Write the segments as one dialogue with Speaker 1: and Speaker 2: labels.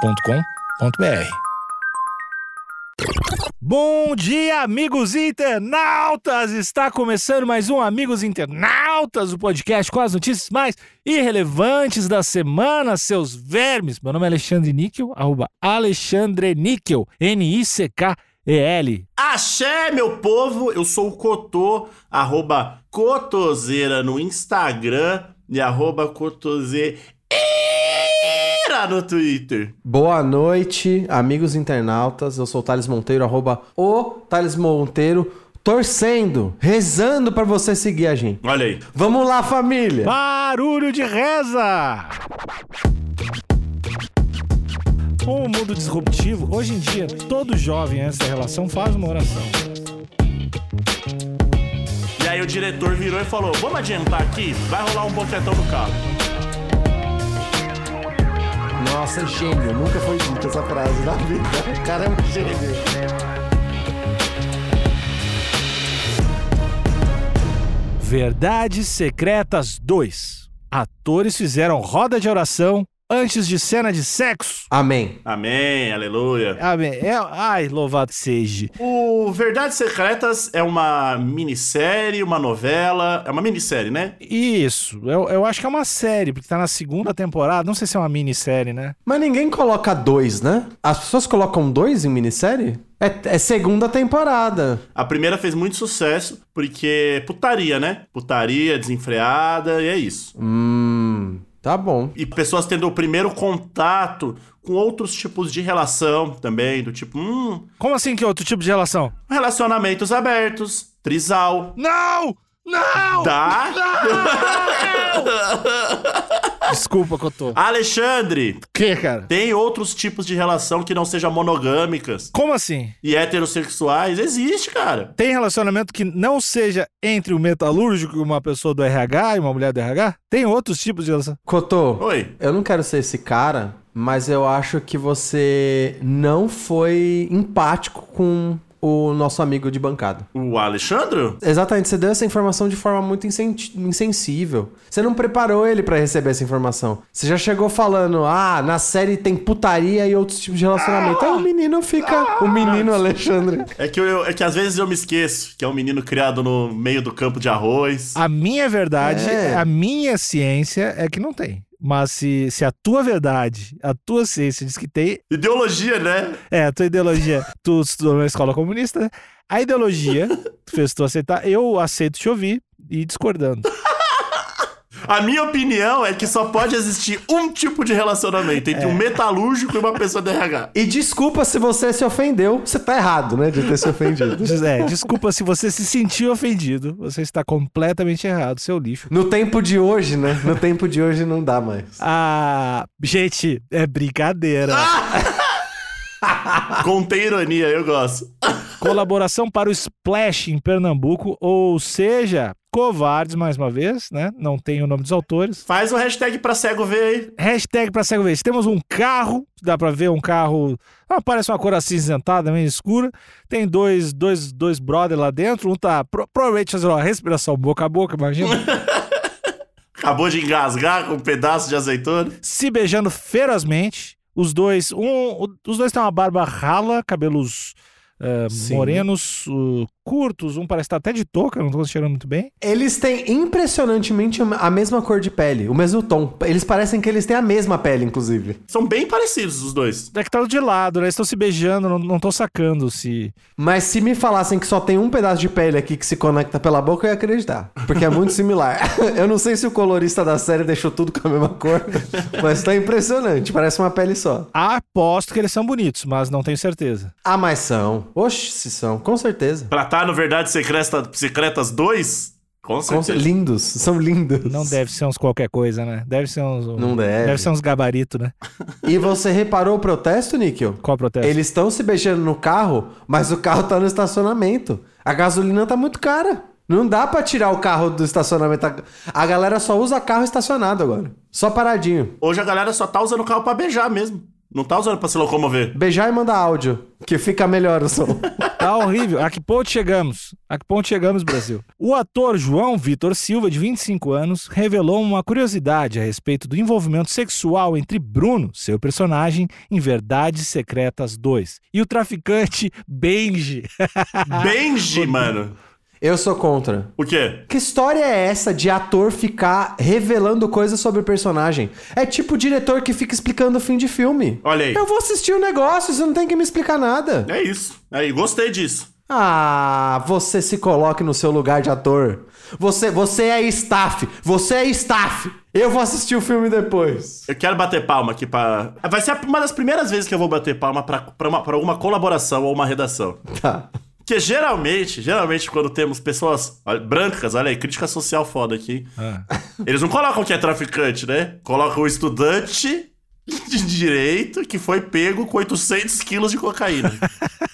Speaker 1: agenciadepodcast.com.br. Bom dia, amigos internautas! Está começando mais um Amigos Internautas, o podcast com as notícias mais irrelevantes da semana, seus vermes. Meu nome é Alexandre Níquel, arroba Alexandre Níquel, N-I-C-K-E-L.
Speaker 2: Axé, meu povo! Eu sou o Cotô, arroba Cotoseira no Instagram e arroba Cotoseira no Twitter.
Speaker 3: Boa noite, amigos internautas. Eu sou o Thales Monteiro, arroba o Thales Monteiro, torcendo, rezando pra você seguir a gente.
Speaker 2: Olha aí.
Speaker 3: Vamos lá, família!
Speaker 1: Barulho de reza! Com o mundo disruptivo, hoje em dia, todo jovem antes da relação faz uma oração.
Speaker 2: E aí o diretor virou e falou, vamos adiantar aqui? Vai rolar um boquetão no carro.
Speaker 3: Nossa, é gênio. Nunca foi dita essa frase na vida. Caramba, um gênio.
Speaker 1: Verdades Secretas 2. Atores fizeram roda de oração antes de cena de sexo.
Speaker 3: Amém.
Speaker 2: Amém, aleluia.
Speaker 1: Amém. É- ai, louvado seja.
Speaker 2: O Verdades Secretas é uma minissérie, uma novela. É uma minissérie, né?
Speaker 1: Isso, eu, eu acho que é uma série, porque tá na segunda temporada. Não sei se é uma minissérie, né?
Speaker 3: Mas ninguém coloca dois, né? As pessoas colocam dois em minissérie? É, é segunda temporada.
Speaker 2: A primeira fez muito sucesso, porque putaria, né? Putaria, desenfreada, e é isso.
Speaker 3: Hum, tá bom.
Speaker 2: E pessoas tendo o primeiro contato com outros tipos de relação também, do tipo, hum,
Speaker 1: Como assim que é outro tipo de relação?
Speaker 2: relacionamentos abertos, trisal,
Speaker 1: Não! Não!
Speaker 2: tá?
Speaker 1: Ah, Desculpa que eu tô.
Speaker 2: Alexandre,
Speaker 1: que, cara?
Speaker 2: tem outros tipos de relação que não sejam monogâmicas
Speaker 1: Como assim?
Speaker 2: e heterossexuais? Existe, cara.
Speaker 1: Tem relacionamento que não seja entre o metalúrgico e uma pessoa do RH e uma mulher do RH? Tem outros tipos de relação?
Speaker 3: Cotô.
Speaker 2: Oi.
Speaker 3: Eu não quero ser esse cara, mas eu acho que você não foi empático com o nosso amigo de bancada.
Speaker 2: O Alexandre?
Speaker 3: Exatamente, você deu essa informação de forma muito insen- insensível. Você não preparou ele pra receber essa informação. Você já chegou falando: "Ah, na série tem putaria e outros tipos de relacionamento". Aí o menino fica, o menino Alexandre.
Speaker 2: É que, eu, é que às vezes eu me esqueço que é um menino criado no meio do campo de arroz.
Speaker 1: A minha verdade,
Speaker 3: É.
Speaker 1: a minha ciência é que não tem. Mas se, se a tua verdade, a tua ciência diz que tem,
Speaker 2: Ideologia, né?
Speaker 1: É, a tua ideologia. tu estudou na escola comunista, né? A ideologia fez tu aceitar. Eu aceito te ouvir e ir discordando.
Speaker 2: A minha opinião é que só pode existir um tipo de relacionamento entre um metalúrgico e uma pessoa de RH.
Speaker 3: E desculpa se você se ofendeu. Você tá errado, né, de ter se ofendido.
Speaker 1: Diz- É, desculpa se você se sentiu ofendido. Você está completamente errado, seu lixo.
Speaker 3: No tempo de hoje, né? No tempo de hoje não dá mais.
Speaker 1: Ah, gente, é brincadeira.
Speaker 2: Contém ironia, eu gosto.
Speaker 1: Colaboração para o Splash em Pernambuco, ou seja, covardes mais uma vez, né? Não tem o nome dos autores.
Speaker 2: Faz um hashtag pra cego ver aí.
Speaker 1: Hashtag pra cego ver. Temos um carro, dá pra ver um carro. Ah, parece uma cor acinzentada, meio escura. Tem dois, dois, dois brother lá dentro. Um tá pro- provavelmente fazendo uma respiração boca a boca, imagina.
Speaker 2: Acabou de engasgar com um pedaço de azeitona.
Speaker 1: se beijando ferozmente. Os dois, um, o- os dois têm uma barba rala, cabelos eh,
Speaker 3: Sim.
Speaker 1: morenos, uh, curtos. Um parece estar até de touca, não tô cheirando muito bem.
Speaker 3: Eles têm impressionantemente a mesma cor de pele, o mesmo tom. Eles parecem que eles têm a mesma pele, inclusive.
Speaker 2: São bem parecidos os dois.
Speaker 1: É que tá de lado, né? Eles Estão se beijando, não, não tô sacando se.
Speaker 3: Mas se me falassem que só tem um pedaço de pele aqui que se conecta pela boca, eu ia acreditar. Porque é muito similar. eu não sei se o colorista da série deixou tudo com a mesma cor, mas tá impressionante. Parece uma pele só.
Speaker 1: Aposto que eles são bonitos, mas não tenho certeza.
Speaker 3: Ah, mas são. Oxe, se são, com certeza.
Speaker 2: Pra tá no Verdade Secreta, Secretas 2? Com
Speaker 3: Com cer-
Speaker 2: certeza.
Speaker 3: lindos, são lindos.
Speaker 1: Não deve ser uns qualquer coisa, né? Deve ser uns.
Speaker 3: Não deve.
Speaker 1: ser uns gabarito, né?
Speaker 3: E você reparou o protesto, Níquel?
Speaker 1: Qual protesto?
Speaker 3: Eles estão se beijando no carro, mas o carro tá no estacionamento. A gasolina tá muito cara. Não dá pra tirar o carro do estacionamento. A- A galera só usa carro estacionado agora. Só paradinho.
Speaker 2: Hoje a galera só tá usando o carro pra beijar mesmo. Não tá usando pra se locomover.
Speaker 3: Beijar e mandar áudio, que fica melhor o som.
Speaker 1: Tá horrível. A que ponto chegamos? A que ponto chegamos, Brasil? O ator João Vitor Silva, de 25 anos, revelou uma curiosidade a respeito do envolvimento sexual entre Bruno, seu personagem, em Verdades Secretas 2, e o traficante Benji.
Speaker 2: Benji, mano.
Speaker 3: Eu sou contra.
Speaker 2: O quê?
Speaker 3: Que história é essa de ator ficar revelando coisas sobre o personagem? É tipo o diretor que fica explicando o fim de filme.
Speaker 2: Olha aí.
Speaker 3: Eu vou assistir o negócio, você não tem que me explicar nada.
Speaker 2: É isso. Aí, gostei disso.
Speaker 3: Ah, você se coloque no seu lugar de ator. Você, você é staff. Você é staff. Eu vou assistir o filme depois.
Speaker 2: Eu quero bater palma aqui pra. Vai ser uma das primeiras vezes que eu vou bater palma pra, pra, uma, pra alguma colaboração ou uma redação.
Speaker 3: Tá.
Speaker 2: Porque geralmente, geralmente quando temos pessoas olha, brancas, olha aí, crítica social foda aqui,
Speaker 1: Ah.
Speaker 2: eles não colocam que é traficante, né? Colocam o estudante de direito que foi pego com 800 quilos de cocaína.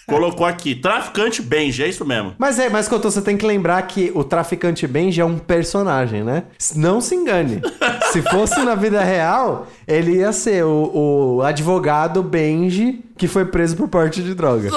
Speaker 2: Colocou aqui, traficante Benji, é isso mesmo.
Speaker 3: Mas é, mas Couto, você tem que lembrar que o traficante Benji é um personagem, né? S- Não se engane. se fosse na vida real, ele ia ser o, o advogado Benji que foi preso por porte de droga.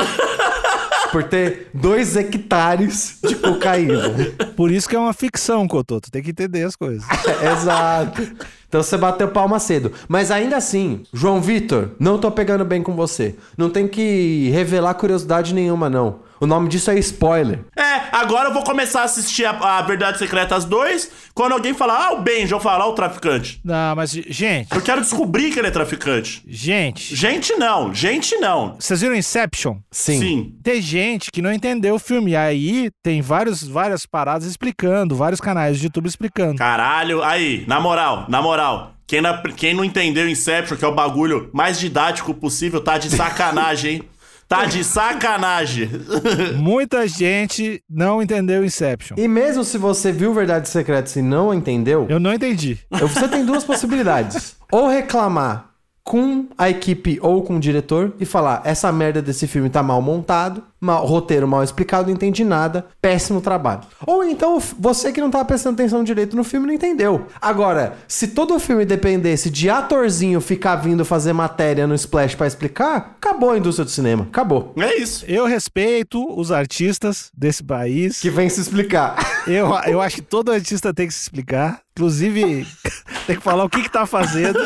Speaker 3: por ter dois hectares de cocaína.
Speaker 1: Por isso que é uma ficção, Cotô. Tu tem que entender as coisas.
Speaker 3: Exato. Então você bateu palma cedo. Mas ainda assim, João Vitor, não tô pegando bem com você. Não tem que revelar curiosidade nenhuma, não. O nome disso é spoiler.
Speaker 2: É, agora eu vou começar a assistir a, a Verdades Secretas 2. Quando alguém falar, ah, o Benji, eu falar, ah, o traficante.
Speaker 1: Não, mas, gente,
Speaker 2: Eu quero descobrir que ele é traficante.
Speaker 1: gente.
Speaker 2: Gente não, gente não.
Speaker 1: Vocês viram Inception?
Speaker 3: Sim.
Speaker 2: Sim.
Speaker 1: Tem gente que não entendeu o filme. E aí tem vários, várias paradas explicando, vários canais de YouTube explicando.
Speaker 2: Caralho, aí, na moral, na moral. Quem, na- quem não entendeu Inception, que é o bagulho mais didático possível, tá de sacanagem, hein? Tá de sacanagem.
Speaker 1: Muita gente não entendeu Inception.
Speaker 3: E mesmo se você viu Verdades Secretas e não entendeu,
Speaker 1: Eu não entendi.
Speaker 3: eu- você tem duas possibilidades. Ou reclamar com a equipe ou com o diretor e falar: essa merda desse filme tá mal montado, mal- roteiro mal explicado, não entendi nada, péssimo trabalho. Ou então f- você que não tava prestando atenção direito no filme não entendeu. Agora, se todo filme dependesse de atorzinho ficar vindo fazer matéria no Splash pra explicar, acabou a indústria do cinema, acabou.
Speaker 2: É isso.
Speaker 1: Eu respeito os artistas desse país.
Speaker 3: Que vem se explicar.
Speaker 1: Eu, eu acho que todo artista tem que se explicar. Inclusive, tem que falar o que, que tá fazendo.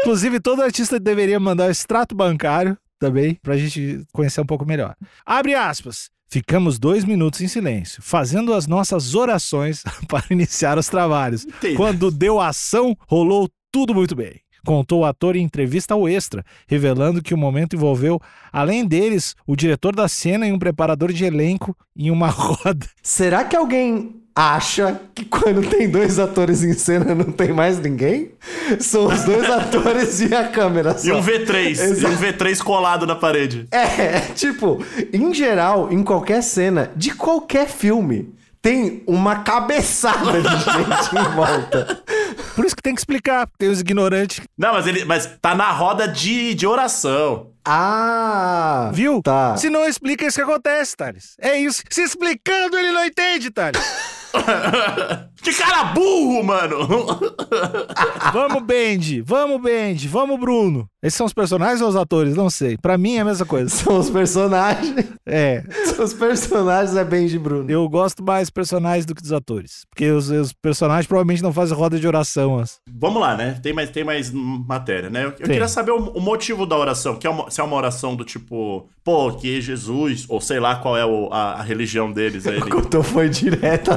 Speaker 1: Inclusive, todo artista deveria mandar o extrato bancário também, pra gente conhecer um pouco melhor. Abre aspas. Ficamos dois minutos em silêncio, fazendo as nossas orações para iniciar os trabalhos.
Speaker 2: Entendi.
Speaker 1: Quando deu ação, rolou tudo muito bem. Contou o ator em entrevista ao Extra, revelando que o momento envolveu, além deles, o diretor da cena e um preparador de elenco em uma roda.
Speaker 3: Será que alguém acha que quando tem dois atores em cena não tem mais ninguém? São os dois atores e a câmera só.
Speaker 2: E um V3. E um V3 colado na parede.
Speaker 3: É, é, tipo, em geral, em qualquer cena, de qualquer filme, tem uma cabeçada de gente em volta.
Speaker 1: Por isso que tem que explicar, porque tem os ignorantes. que-
Speaker 2: Não, mas ele. Mas tá na roda de, de oração.
Speaker 3: Ah!
Speaker 1: Viu?
Speaker 3: Tá.
Speaker 1: Se não explica, é isso que acontece, Thales. É isso. Se explicando, ele não entende, Thales.
Speaker 2: Que cara burro, mano!
Speaker 1: vamos, Bendy. Vamos, Bendy. Vamos, Bruno. Esses são os personagens ou os atores? Não sei. Pra mim é a mesma coisa.
Speaker 3: São os personagens.
Speaker 1: É.
Speaker 3: Os personagens é Benji e Bruno.
Speaker 1: Eu gosto mais dos personagens do que dos atores. Porque os, os personagens provavelmente não fazem roda de oração. as-
Speaker 2: Vamos lá, né? Tem mais, tem mais hum, matéria, né? Eu, eu queria saber o, o motivo da oração. Que é uma- se é uma oração do tipo, pô, que Jesus, ou sei lá qual é o- a, a religião deles aí.
Speaker 3: O Cotô foi direto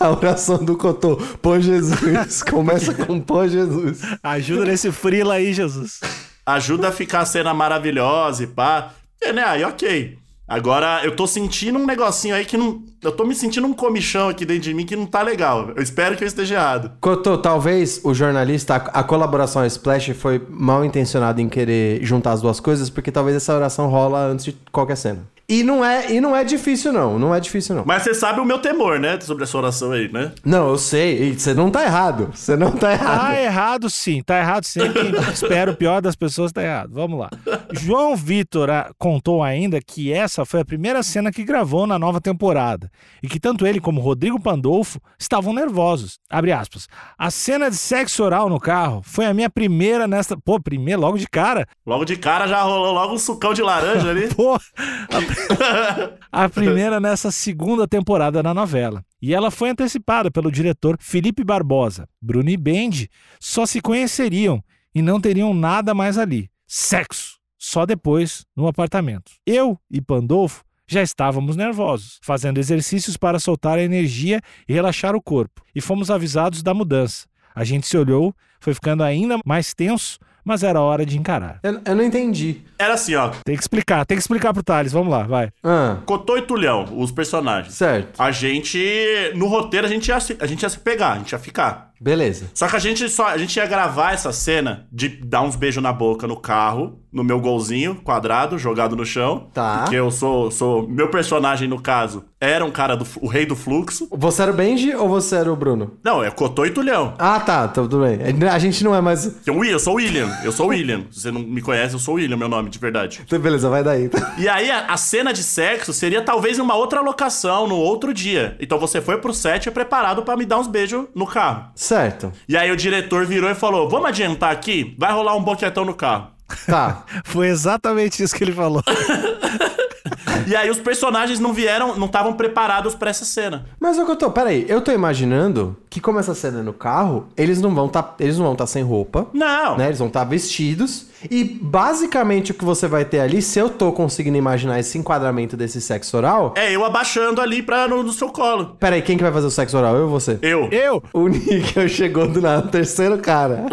Speaker 3: à oração do Cotô. Pô, Jesus. Começa com Pô, Jesus.
Speaker 1: Ajuda nesse frila aí, Jesus.
Speaker 2: Ajuda a ficar a cena maravilhosa e pá. É, né? Aí, ok. Agora, eu tô sentindo um negocinho aí que não. Eu tô me sentindo um comichão aqui dentro de mim que não tá legal. Eu espero que eu esteja errado.
Speaker 3: Cotô, talvez o jornalista, a, a colaboração Splash foi mal intencionada em querer juntar as duas coisas, porque talvez essa oração rola antes de qualquer cena. E não é, e não é difícil, não. Não é difícil, não.
Speaker 2: Mas você sabe o meu temor, né? Sobre essa oração aí, né?
Speaker 3: Não, eu sei. e Você não tá errado. Você não tá errado.
Speaker 1: Tá errado sim, tá errado sempre. Espero o pior das pessoas, tá errado. Vamos lá. João Vitor ah, contou ainda que essa foi a primeira cena que gravou na nova temporada e que tanto ele como Rodrigo Pandolfo estavam nervosos. Abre aspas. A cena de sexo oral no carro foi a minha primeira nesta. Pô, primeira logo de cara?
Speaker 2: Logo de cara já rolou logo um sucão de laranja ali.
Speaker 1: Pô, a primeira nessa segunda temporada da novela. E ela foi antecipada pelo diretor Felipe Barbosa. Bruno e Bendy só se conheceriam e não teriam nada mais ali. Sexo! Só depois, no apartamento. Eu e Pandolfo já estávamos nervosos, fazendo exercícios para soltar a energia e relaxar o corpo. E fomos avisados da mudança. A gente se olhou, foi ficando ainda mais tenso, mas era hora de encarar.
Speaker 3: Eu, eu não entendi.
Speaker 2: Era assim, ó.
Speaker 1: Tem que explicar, tem que explicar pro Thales, vamos lá, vai.
Speaker 3: Ah,
Speaker 2: Cotô e Tulhão, os personagens.
Speaker 3: certo.
Speaker 2: A gente. No roteiro, a gente ia se, a gente ia se pegar, a gente ia ficar.
Speaker 3: Beleza.
Speaker 2: Só que a gente só. A gente ia gravar essa cena de dar uns beijos na boca no carro, no meu golzinho, quadrado, jogado no chão.
Speaker 3: Tá.
Speaker 2: Porque eu sou. sou meu personagem, no caso, era um cara do. f- o rei do fluxo.
Speaker 3: Você era o Benji ou você era o Bruno?
Speaker 2: Não, é Cotô e Tulhão.
Speaker 3: Ah, tá, tá, tudo bem. A gente não é mais.
Speaker 2: Eu, Will- eu sou o William, eu sou o William. Se você não me conhece, eu sou o William, meu nome, de verdade.
Speaker 3: Beleza, vai daí.
Speaker 2: E aí, a, a cena de sexo seria talvez em uma outra locação, no outro dia. Então você foi pro set preparado pra me dar uns beijos no carro.
Speaker 3: Certo.
Speaker 2: E aí o diretor virou e falou: Vamos adiantar aqui? Vai rolar um boquetão no carro.
Speaker 3: Tá.
Speaker 1: Foi exatamente isso que ele falou.
Speaker 2: E aí os personagens não vieram, não estavam preparados pra essa cena.
Speaker 3: Mas é o que eu tô, peraí, eu tô imaginando que como essa cena é no carro, eles não vão tá, eles não vão estar sem roupa,
Speaker 2: Não.
Speaker 3: né? Eles vão estar vestidos e basicamente o que você vai ter ali, se eu tô conseguindo imaginar esse enquadramento desse sexo oral,
Speaker 2: É eu abaixando ali pra, no, no seu colo.
Speaker 3: peraí, quem que vai fazer o sexo oral? Eu ou você?
Speaker 2: Eu.
Speaker 1: Eu,
Speaker 3: O Níquel chegou do nada, o terceiro cara.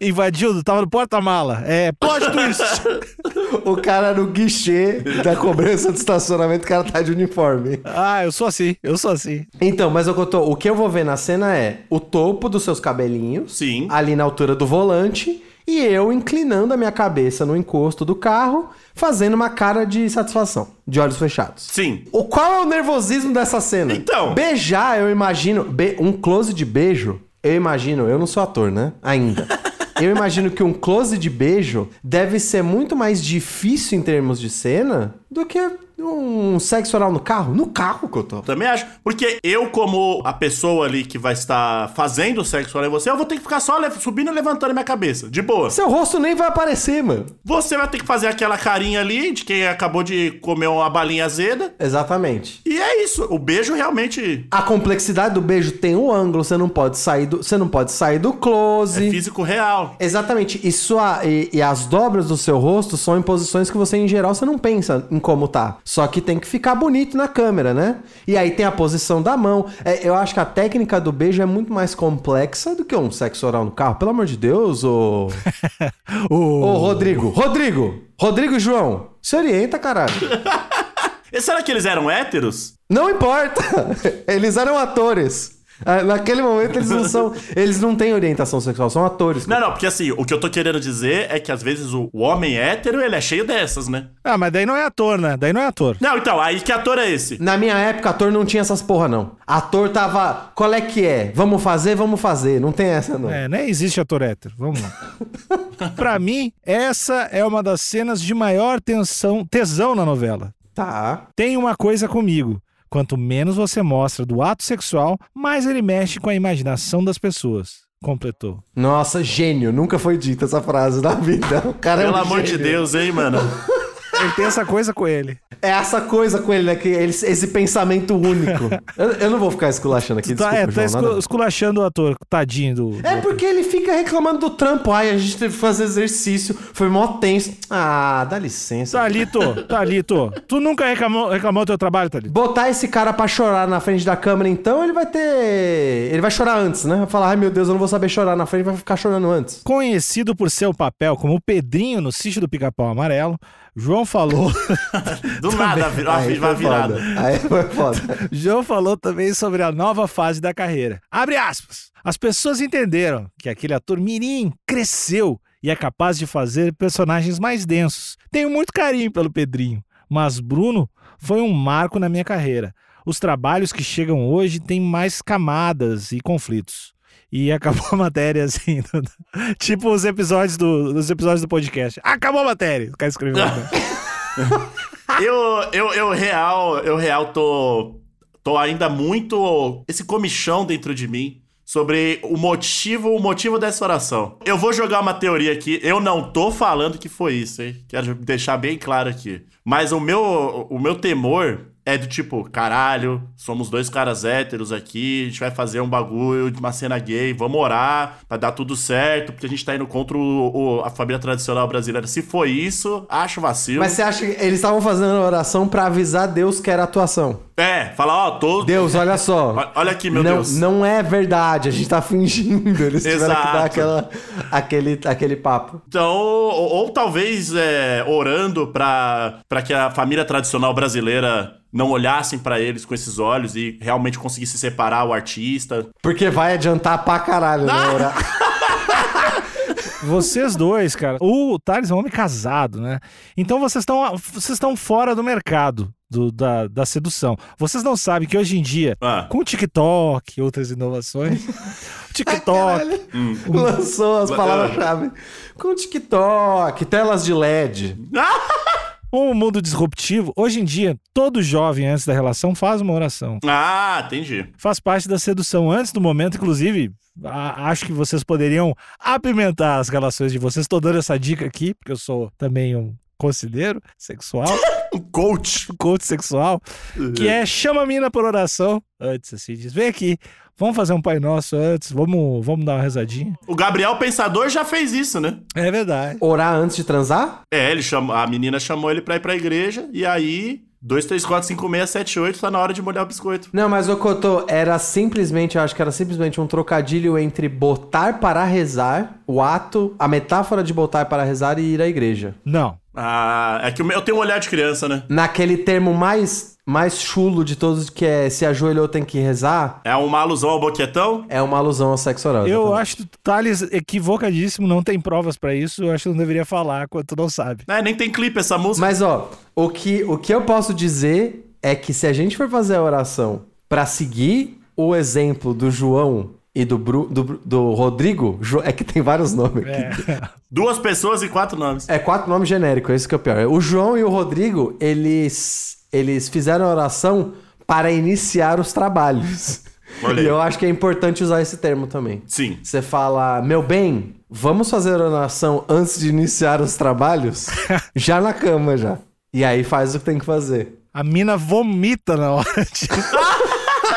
Speaker 1: invadido, tava no porta-mala. É, plot twist.
Speaker 3: O cara no guichê da cobrança de estacionamento, o cara tá de uniforme.
Speaker 1: Ah, eu sou assim, eu sou assim.
Speaker 3: Então, mas eu tô, o que eu vou ver na cena é o topo dos seus cabelinhos.
Speaker 2: Sim.
Speaker 3: ali na altura do volante e eu inclinando a minha cabeça no encosto do carro, fazendo uma cara de satisfação, de olhos fechados.
Speaker 2: Sim.
Speaker 3: O qual é o nervosismo dessa cena?
Speaker 2: Então.
Speaker 3: beijar, eu imagino, be- um close de beijo, eu imagino, eu não sou ator, né? Ainda. Eu imagino que um close de beijo deve ser muito mais difícil em termos de cena do que um sexo oral no carro, no carro que eu tô.
Speaker 2: Também acho. Porque eu, como a pessoa ali que vai estar fazendo sexo oral em você, eu vou ter que ficar só le- subindo e levantando minha cabeça. De boa.
Speaker 3: Seu rosto nem vai aparecer, mano.
Speaker 2: Você vai ter que fazer aquela carinha ali de quem acabou de comer uma balinha azeda.
Speaker 3: Exatamente.
Speaker 2: E é isso. O beijo realmente
Speaker 3: A complexidade do beijo tem o ângulo, você não pode sair do, você não pode sair do
Speaker 2: é
Speaker 3: close.
Speaker 2: físico real.
Speaker 3: Exatamente. E, sua, e, e as dobras do seu rosto são em posições que você, em geral, você não pensa em como tá. Só que tem que ficar bonito na câmera, né? E aí tem a posição da mão. É, eu acho que a técnica do beijo é muito mais complexa do que um sexo oral no carro. Pelo amor de Deus, ô.
Speaker 1: O...
Speaker 3: ô, Rodrigo. Rodrigo! Rodrigo e João, se orienta, caralho.
Speaker 2: E será que eles eram héteros?
Speaker 3: Não importa! Eles eram atores. Ah, Naquele momento eles não são. Eles não têm orientação sexual, são atores.
Speaker 2: Não, não, porque assim, o que eu tô querendo dizer é que às vezes o, o homem hétero, ele é cheio dessas, né?
Speaker 1: Ah, mas daí não é ator, né? Daí não é ator.
Speaker 2: Não, então, aí que ator é esse?
Speaker 3: Na minha época, ator não tinha essas porra, não. Ator tava. Qual é que é? Vamos fazer, vamos fazer. Não tem essa, não.
Speaker 1: É, nem existe ator hétero. Vamos lá. pra mim, essa é uma das cenas de maior tensão, tesão na novela.
Speaker 3: Tá.
Speaker 1: Tem uma coisa comigo. Quanto menos você mostra do ato sexual, mais ele mexe com a imaginação das pessoas. Completou.
Speaker 3: Nossa, gênio. Nunca foi dita essa frase na vida. O cara é um
Speaker 2: Pelo amor de
Speaker 3: gênio.
Speaker 2: Deus, hein, mano?
Speaker 1: Ele tem essa coisa com ele.
Speaker 3: É essa coisa com ele, né? Que ele- esse pensamento único. eu, eu não vou ficar esculachando aqui, desculpa,
Speaker 1: tá, é, tá
Speaker 3: João,
Speaker 1: escu-
Speaker 3: nada a ver.
Speaker 1: esculachando o ator, tadinho do.
Speaker 3: É porque ele fica reclamando do trampo. Ai, a gente teve que fazer exercício. Foi mó tenso. Ah, dá
Speaker 2: Tá.
Speaker 3: licença.
Speaker 1: Thalito, Thalito. Tu nunca reclamou, reclamou do teu trabalho, Thalito?
Speaker 3: Botar esse cara pra chorar na frente da câmera, então, ele vai ter. Ele vai chorar antes, né? Vai falar, ai meu Deus, eu não vou saber chorar na frente, vai ficar chorando antes.
Speaker 1: Conhecido por seu papel como Pedrinho no Sítio do Pica-Pau Amarelo, João falou.
Speaker 2: Do nada, virou uma
Speaker 3: foi
Speaker 2: virada.
Speaker 3: foda. Aí foi foda.
Speaker 1: João falou também sobre a nova fase da carreira. Abre aspas. As pessoas entenderam que aquele ator mirim cresceu e é capaz de fazer personagens mais densos. Tenho muito carinho pelo Pedrinho, mas Bruno foi um marco na minha carreira. Os trabalhos que chegam hoje têm mais camadas e conflitos. E acabou a matéria, assim. do- do- tipo os episódios do, dos episódios do podcast. Acabou a matéria! O cara escreveu. né?
Speaker 2: Eu, eu, eu real, eu real tô, tô ainda muito esse comichão dentro de mim, sobre o motivo, o motivo dessa oração. Eu vou jogar uma teoria aqui. Eu não tô falando que foi isso, hein? Quero deixar bem claro aqui. Mas o meu, o meu temor é do tipo, caralho, somos dois caras héteros aqui, a gente vai fazer um bagulho de uma cena gay, vamos orar pra dar tudo certo, porque a gente tá indo contra o, o- a família tradicional brasileira. Se foi isso, acho vacilo.
Speaker 3: Mas você acha que eles estavam fazendo oração pra avisar Deus que era atuação?
Speaker 2: É, falar, ó, tô.
Speaker 3: Deus, olha
Speaker 2: Olha-
Speaker 3: só.
Speaker 2: Olha aqui, meu
Speaker 3: não,
Speaker 2: Deus.
Speaker 3: não é verdade, a gente tá fingindo. Eles tiveram que dar
Speaker 2: Exato.
Speaker 3: aquela, aquele, aquele papo.
Speaker 2: Então, ou, ou talvez é, orando pra pra que a família tradicional brasileira não olhassem pra eles com esses olhos e realmente conseguisse separar o artista.
Speaker 3: Porque vai adiantar pra caralho, né?
Speaker 2: Ah!
Speaker 3: orar?
Speaker 1: Vocês dois, cara. O Thales é um homem casado, né? Então vocês estão vocês estão fora do mercado do- da, da sedução. Vocês não sabem que hoje em dia,
Speaker 2: Ah,
Speaker 1: com o TikTok e outras inovações, o TikTok,
Speaker 2: hum.
Speaker 3: Lançou as
Speaker 2: Ba-
Speaker 3: palavras-chave. Com TikTok, telas de LED.
Speaker 1: um mundo disruptivo, hoje em dia, todo jovem antes da relação faz uma oração.
Speaker 2: Ah, entendi.
Speaker 1: Faz parte da sedução antes do momento, inclusive. a- acho que vocês poderiam apimentar as relações de vocês. Estou dando essa dica aqui, porque eu sou também um conselheiro sexual.
Speaker 2: Um coach.
Speaker 1: coach sexual, que é chama a mina por oração antes, assim, diz, vem aqui, vamos fazer um Pai Nosso antes, vamos, vamos dar uma rezadinha.
Speaker 2: O Gabriel Pensador já fez isso, né?
Speaker 1: É verdade.
Speaker 3: Orar antes de transar?
Speaker 2: É, ele chamou, a menina chamou ele pra ir pra igreja, e aí, 2, 3, 4, 5, 6, 7, 8, tá na hora de molhar o biscoito.
Speaker 3: Não, mas o Cotô, era simplesmente, eu acho que era simplesmente um trocadilho entre botar para rezar, o ato, a metáfora de botar para rezar e ir à igreja.
Speaker 1: Não.
Speaker 2: Ah, é que o meu- eu tenho um olhar de criança, né?
Speaker 3: Naquele termo mais, mais chulo de todos, que é se ajoelhou tem que rezar,
Speaker 2: É uma alusão ao boquetão?
Speaker 3: é uma alusão ao sexo oral.
Speaker 1: Eu
Speaker 3: exatamente.
Speaker 1: acho que o Thales equivocadíssimo, não tem provas pra isso, eu acho que não deveria falar quando tu não sabe.
Speaker 2: É, nem tem clipe essa música.
Speaker 3: Mas ó, o que, o que eu posso dizer é que se a gente for fazer a oração pra seguir o exemplo do João e do, Bru, do, Bru- do Rodrigo, Jo- é que tem vários nomes aqui.
Speaker 1: É.
Speaker 2: Duas pessoas e quatro nomes.
Speaker 3: É quatro nomes genéricos, esse que é o pior. O João e o Rodrigo, eles, eles fizeram a oração para iniciar os trabalhos.
Speaker 2: Olha aí.
Speaker 3: E eu acho que é importante usar esse termo também.
Speaker 2: Sim.
Speaker 3: Você fala, meu bem, vamos fazer a oração antes de iniciar os trabalhos? já na cama, já. E aí faz o que tem que fazer.
Speaker 1: A mina vomita na hora de...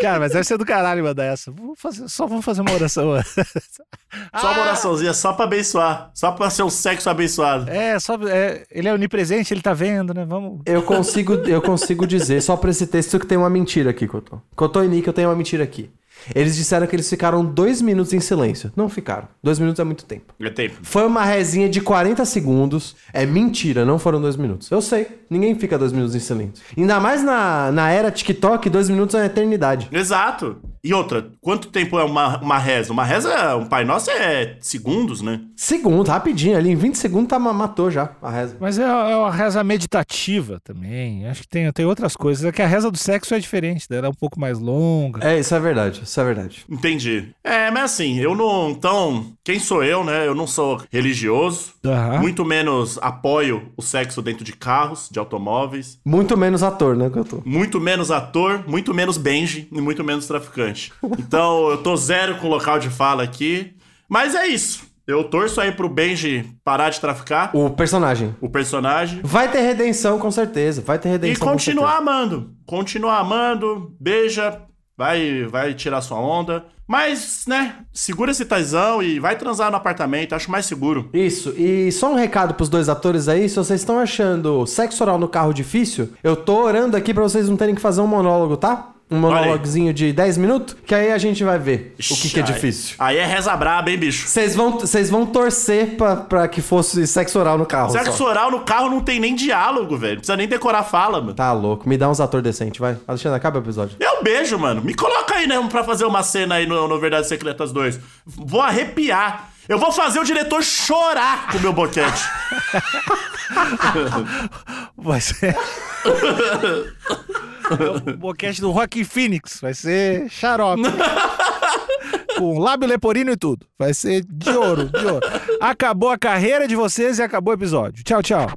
Speaker 1: Cara, mas deve ser do caralho mandar essa. Vou fazer, só vamos fazer uma oração. antes.
Speaker 2: Só uma
Speaker 1: Ah!
Speaker 2: oraçãozinha, só pra abençoar. Só pra ser um sexo abençoado.
Speaker 1: É, só. é, ele é onipresente, ele tá vendo, né? Vamos.
Speaker 3: Eu consigo, eu consigo dizer, só pra esse texto, que tem uma mentira aqui, Cotô. Cotô e Nick, eu tenho uma mentira aqui. Eles disseram que eles ficaram dois minutos em silêncio. Não ficaram. Dois minutos é muito tempo.
Speaker 2: É tempo.
Speaker 3: Foi uma rezinha de 40 segundos. É mentira, não foram dois minutos. Eu sei, ninguém fica dois minutos em silêncio. Ainda mais na, na era TikTok, dois minutos é uma eternidade.
Speaker 2: Exato. E outra, quanto tempo é uma, uma reza? Uma reza, um Pai Nosso é segundos, né?
Speaker 3: Segundo, rapidinho ali, em 20 segundos tá, ma- matou já a reza.
Speaker 1: Mas é, é uma reza meditativa também. Acho que tem, tem outras coisas. É que a reza do sexo é diferente, né? ela é um pouco mais longa.
Speaker 3: É, isso é verdade, isso é verdade.
Speaker 2: Entendi. É, mas assim, eu não. Então, quem sou eu, né? Eu não sou religioso.
Speaker 1: Aham.
Speaker 2: Muito menos apoio o sexo dentro de carros, de automóveis.
Speaker 3: Muito menos ator, né, que eu tô.
Speaker 2: Muito menos ator, muito menos Benji e muito menos traficante. Então eu tô zero com o local de fala aqui. Mas é isso. Eu torço aí pro Benji parar de traficar
Speaker 3: O personagem.
Speaker 2: o personagem
Speaker 3: Vai ter redenção, com certeza. Vai ter
Speaker 2: e
Speaker 3: redenção. com
Speaker 2: continuar amando. Continuar amando, beija, vai vai tirar sua onda. Mas, né, segura esse taizão e vai transar no apartamento, acho mais seguro.
Speaker 3: Isso, e só um recado pros dois atores aí, se vocês estão achando sexo oral no carro difícil, eu tô orando aqui pra vocês não terem que fazer um monólogo, tá? Um
Speaker 2: aí.
Speaker 3: monólogozinho de 10 minutos, que aí a gente vai ver o que,
Speaker 2: Ixi,
Speaker 3: que é
Speaker 2: aí-
Speaker 3: difícil.
Speaker 2: Aí é reza braba, hein, bicho?
Speaker 3: Vocês vão, vocês vão torcer pra, pra que fosse sexo oral no carro. só.
Speaker 2: Sexo oral no carro não tem nem diálogo, velho. Não precisa nem decorar fala, mano.
Speaker 3: Tá louco, me dá uns atores decentes, vai. Alexandre, acaba o episódio.
Speaker 2: É um beijo, mano. Me coloca aí, né, pra fazer uma cena aí no, no Verdades Secretas 2. Vou arrepiar. Eu vou fazer o diretor chorar com o meu boquete.
Speaker 1: Vai ser. é o boquete do Rock Phoenix. Vai ser xarope. Com lábio leporino e tudo. Vai ser de ouro, de ouro. Acabou a carreira de vocês e acabou o episódio. Tchau, tchau.